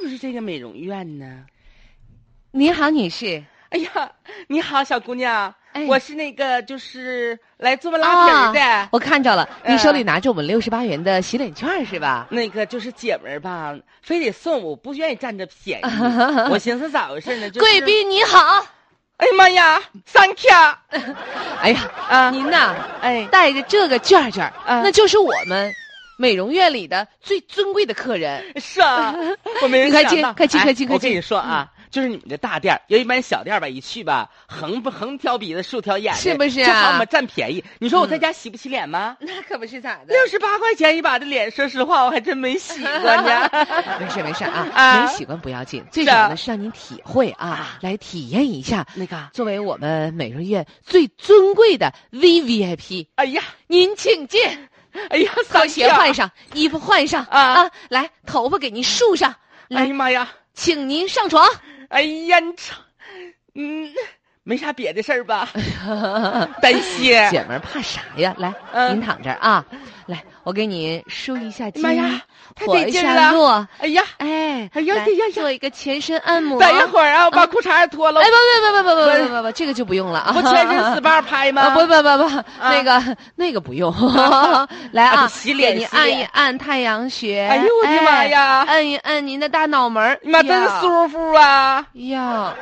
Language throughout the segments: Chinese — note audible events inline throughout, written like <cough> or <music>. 就是这个美容院呢？您好，女士。哎呀，你好，小姑娘，哎我是那个就是来做拉皮儿的、啊我看着了，您手里嗯拿着我们六十八元的洗脸券是吧？。那个，就是姐们儿吧，非得送我，不愿意占这便宜 <laughs> 我寻思咋回事呢？就是、贵宾你好，哎呀妈呀，thank you 哎呀，啊！您呐哎，带着这个券券，嗯那就是我们美容院里的最尊贵的客人。是啊，我没人你快想进到快进哎快进快我跟进你说啊，就是你们这大店儿，有一般小店儿吧，一去吧，横不横挑鼻子，竖挑眼的，是不是就好啊我们占便宜。你说我在嗯家洗不起脸吗？那可不是咋的六十八块钱一把的脸，说实话，我还真没洗过 <laughs> 呢。没事没事啊，啊没喜欢不要紧，最主要的是是让您体会啊啊，来体验一下那个，作为我们美容院最尊贵的 V V I P，哎呀，您请进，哎呀，拖三鞋换上，衣服换上啊啊，来，头发给您束上，哎来呀，妈呀！请您上床。哎呀，你瞅，嗯，没啥别的事儿吧？ <laughs> 担心。 <laughs> 姐们儿怕啥呀？来，哎嗯您躺这儿啊，来，我给您梳一下妈肩呀，太活得一劲下儿了！络，哎呀，哎，哎呀来哎呀呀做一个全身按摩。等一儿，会儿啊，我把啊裤�衩儿脱了哎，，不不不不不不不不不不，这个就不用了啊。不全 <laughs> 身 SPA 拍啊，吗？不不不不，那个那个不用， <laughs> 来啊，洗脸给您洗按脸一按太阳穴，哎呦我的妈呀哎按一按您的大脑门儿，哎妈，真呀舒服啊！呀，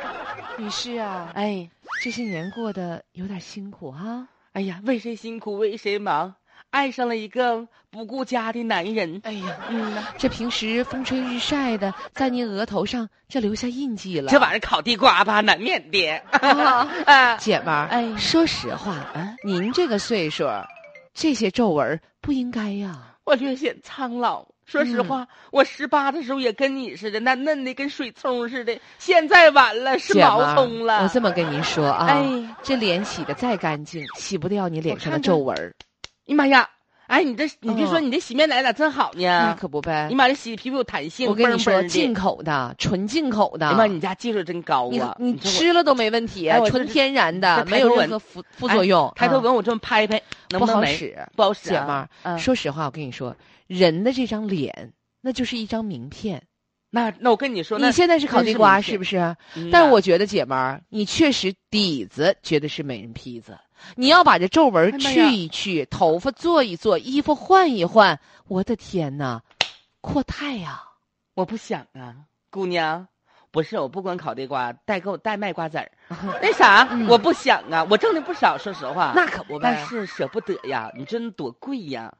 女士啊，哎，这些年过得有点辛苦啊哈、哎呀，为谁辛苦为谁忙，爱上了一个不顾家的男人。哎呀，嗯呐，这平时风吹日晒的，在您额头上这留下印记了。这玩意儿烤地瓜吧，难免的。啊 <laughs> 啊，姐们儿，哎说实话，啊您这个岁数儿，这些皱纹儿不应该呀。我略显苍老。说嗯实话，我十八的时候也跟你似的，那嫩的跟水葱似的，现在完了是姐们毛儿葱了。我这么跟您说啊，哎，这脸洗的再干净，洗不掉你脸我看上的看皱纹儿。哎妈呀！哎，你这你别说，嗯你这洗面奶咋真好那呢？可不呗你。妈这洗的皮肤有弹性，我跟你嘣说嘣，的进口的，纯进口的哎。妈，你家技术真高你啊！你说我吃了都没问题哎，我纯这是天然的，这没抬头有任纹何副副作用。抬头啊纹，我这么拍一拍，能不能好没使，不好使姐们啊！儿。嗯说实话，我跟你说，人的这张脸，那就是一张名片。那那我跟你说，那你现在是烤真地是瓜名是片不是？啊嗯但呐我觉得姐们儿，你确实底子绝对是美人坯子。你要把这皱纹儿哎妈去呀一去，头发做一做，衣服换一换。我的天呐，阔太呀、我不想啊，姑娘，不是我不光烤地瓜，代购代卖瓜子 <laughs> 儿，那啥嗯我不想啊，我挣的不少，说实话，那可不但呗！是舍不得呀，你真多贵呀，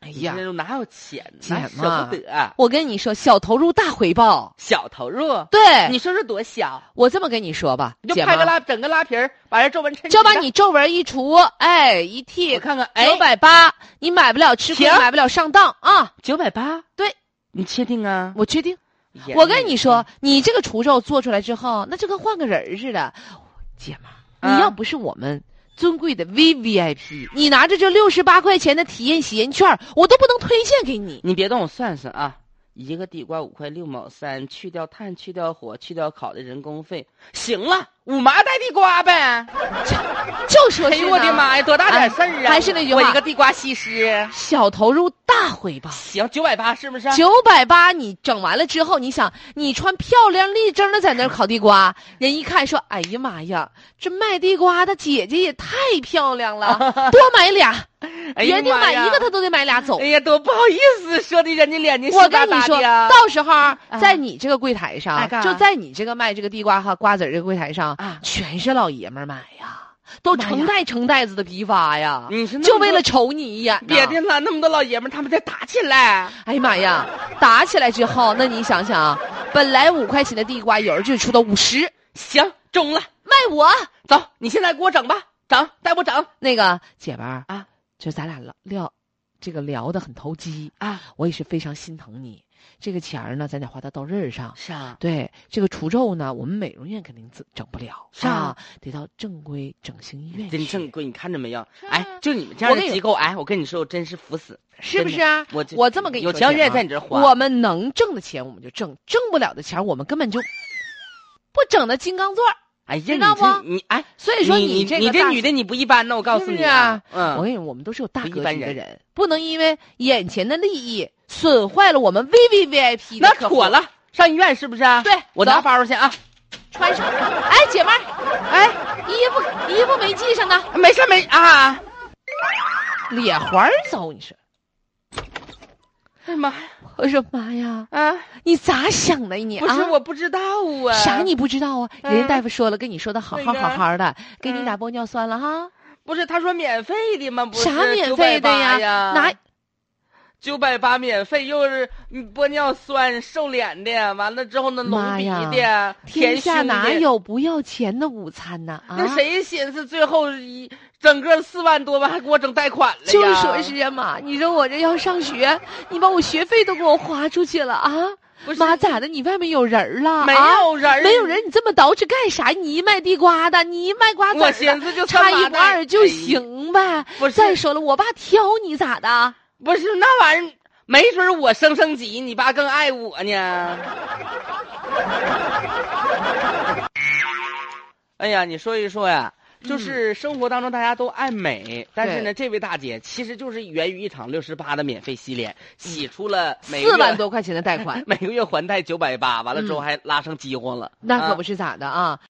哎哎呀，哪有钱呢，姐哪们舍儿不得，啊我跟你说，小投入大回报。小投入，对，你说说多小，我这么跟你说吧，你就哎姐拍个们儿，拉整个拉皮儿，把这皱纹抻 <laughs> 就把直了你皱纹一除，哎，一剃我，看看，哎九，百八，你买不了吃亏，行买不了上当啊！九百八，对，你确定啊？我确定。眼我里跟你说，，你这个除皱做出来之后，那就跟换个人儿似的。姐们儿，啊你要不是我们尊贵的 V V I P，你拿着这六十八块钱的体验洗颜券儿，我都不能推荐给你。你别动，我算算啊，一个地瓜五块六毛三，去掉碳，去掉火，去掉烤的人工费，行了，五麻袋地瓜呗。就说哎是呦我的呢，妈呀，多大点事儿啊！还是那句我话一个地瓜西施，小投入大回报。行，九百八是不是？啊九百八，你整完了之后，你想，你穿漂亮丽正的在那儿烤地瓜，人一看说：“哎呀妈呀，这卖地瓜的姐姐也太漂亮 <laughs> 了，多买俩，哎呀原定妈买呀一个她都得买俩走。哎呀，多不好意思，说的人家脸睛我湿哒跟你哒说的呀，到时候儿在你这个柜台上啊哎，干啥就在你这个卖这个地瓜和瓜子儿这个柜台上，啊，全是老爷们儿买呀，都妈呀成袋成袋子的批发呀，你是那么就为多了瞅你啊一眼呐。别的了，那么多老爷们儿他们再打起来，哎呀妈呀，打起来之后，那你想想啊，本来五块钱的地瓜，有人就出到五十，行，中了，卖我走，你现在给我整吧，整，带我整那个姐们儿啊，就咱俩聊聊，这个聊得很投机，啊，我也是非常心疼你。这个钱儿呢，咱得花到刀刃儿上。是啊，对这个除皱呢，我们美容院肯定自整不了，是啊啊，得到正规整形医院真去，正贵，你看着没有是？哎啊，就你们这样我跟的你机构，哎，我跟你说，我真是服死。是不真是的啊？我这我这么跟你有说钱姐愿意们儿在你这儿花。我们能挣的钱我们就挣，挣不了的钱儿我们根本就不整那金刚钻儿。哎呀，知你道这不你哎，所以说你这个你这大女的你不一般呢，我告诉是不你是啊，我嗯，跟你说，我们都是有大不一格般局的人人，不能因为眼前的利益损坏了我们 V V V I P 那妥了，上医院是不是啊？对我拿走包去啊。穿上。哎，姐们儿，哎，衣服衣服没系上呢，没事没啊。脸环儿走，你说。哎呀妈呀！我说妈呀，啊，你咋想的你不啊？是，我不知道啊。啥？你不知道啊？嗯人家大夫说了，跟你说的好那好个好好的，给你嗯打玻尿酸了哈。不是他说免费的吗？不是啥免费的980呀？呀？拿九百八免费，又是嗯玻尿酸、瘦脸的，完了之后呢，隆妈鼻呀的，天填下胸哪的。有不要钱的午餐呢？啊那，谁寻思最后一整个四万多吧，还给我整贷款了呀？就说是啊妈，你说我这要上学，你把我学费都给我花出去了啊！不是妈咋的？你外面有人了？没啊有人儿，没有人，你这么捯饬干啥？你一卖地瓜的，你一卖瓜子儿的，我寻思就差三一麻不袋二就。行呗。哎哎不是再说了，我爸挑你咋的？不是那玩意儿，没准儿我升升级，你爸更爱我呢。 <laughs> 哎呀，你说一说呀，嗯就是生活当中大家都爱美，但是呢，这位大姐其实就是源于一场六十八的免费洗脸，洗出了每个四万月 <laughs>，多块钱的贷款每个月还贷九百八，完了之后还拉上饥荒了，那可啊不是咋的啊！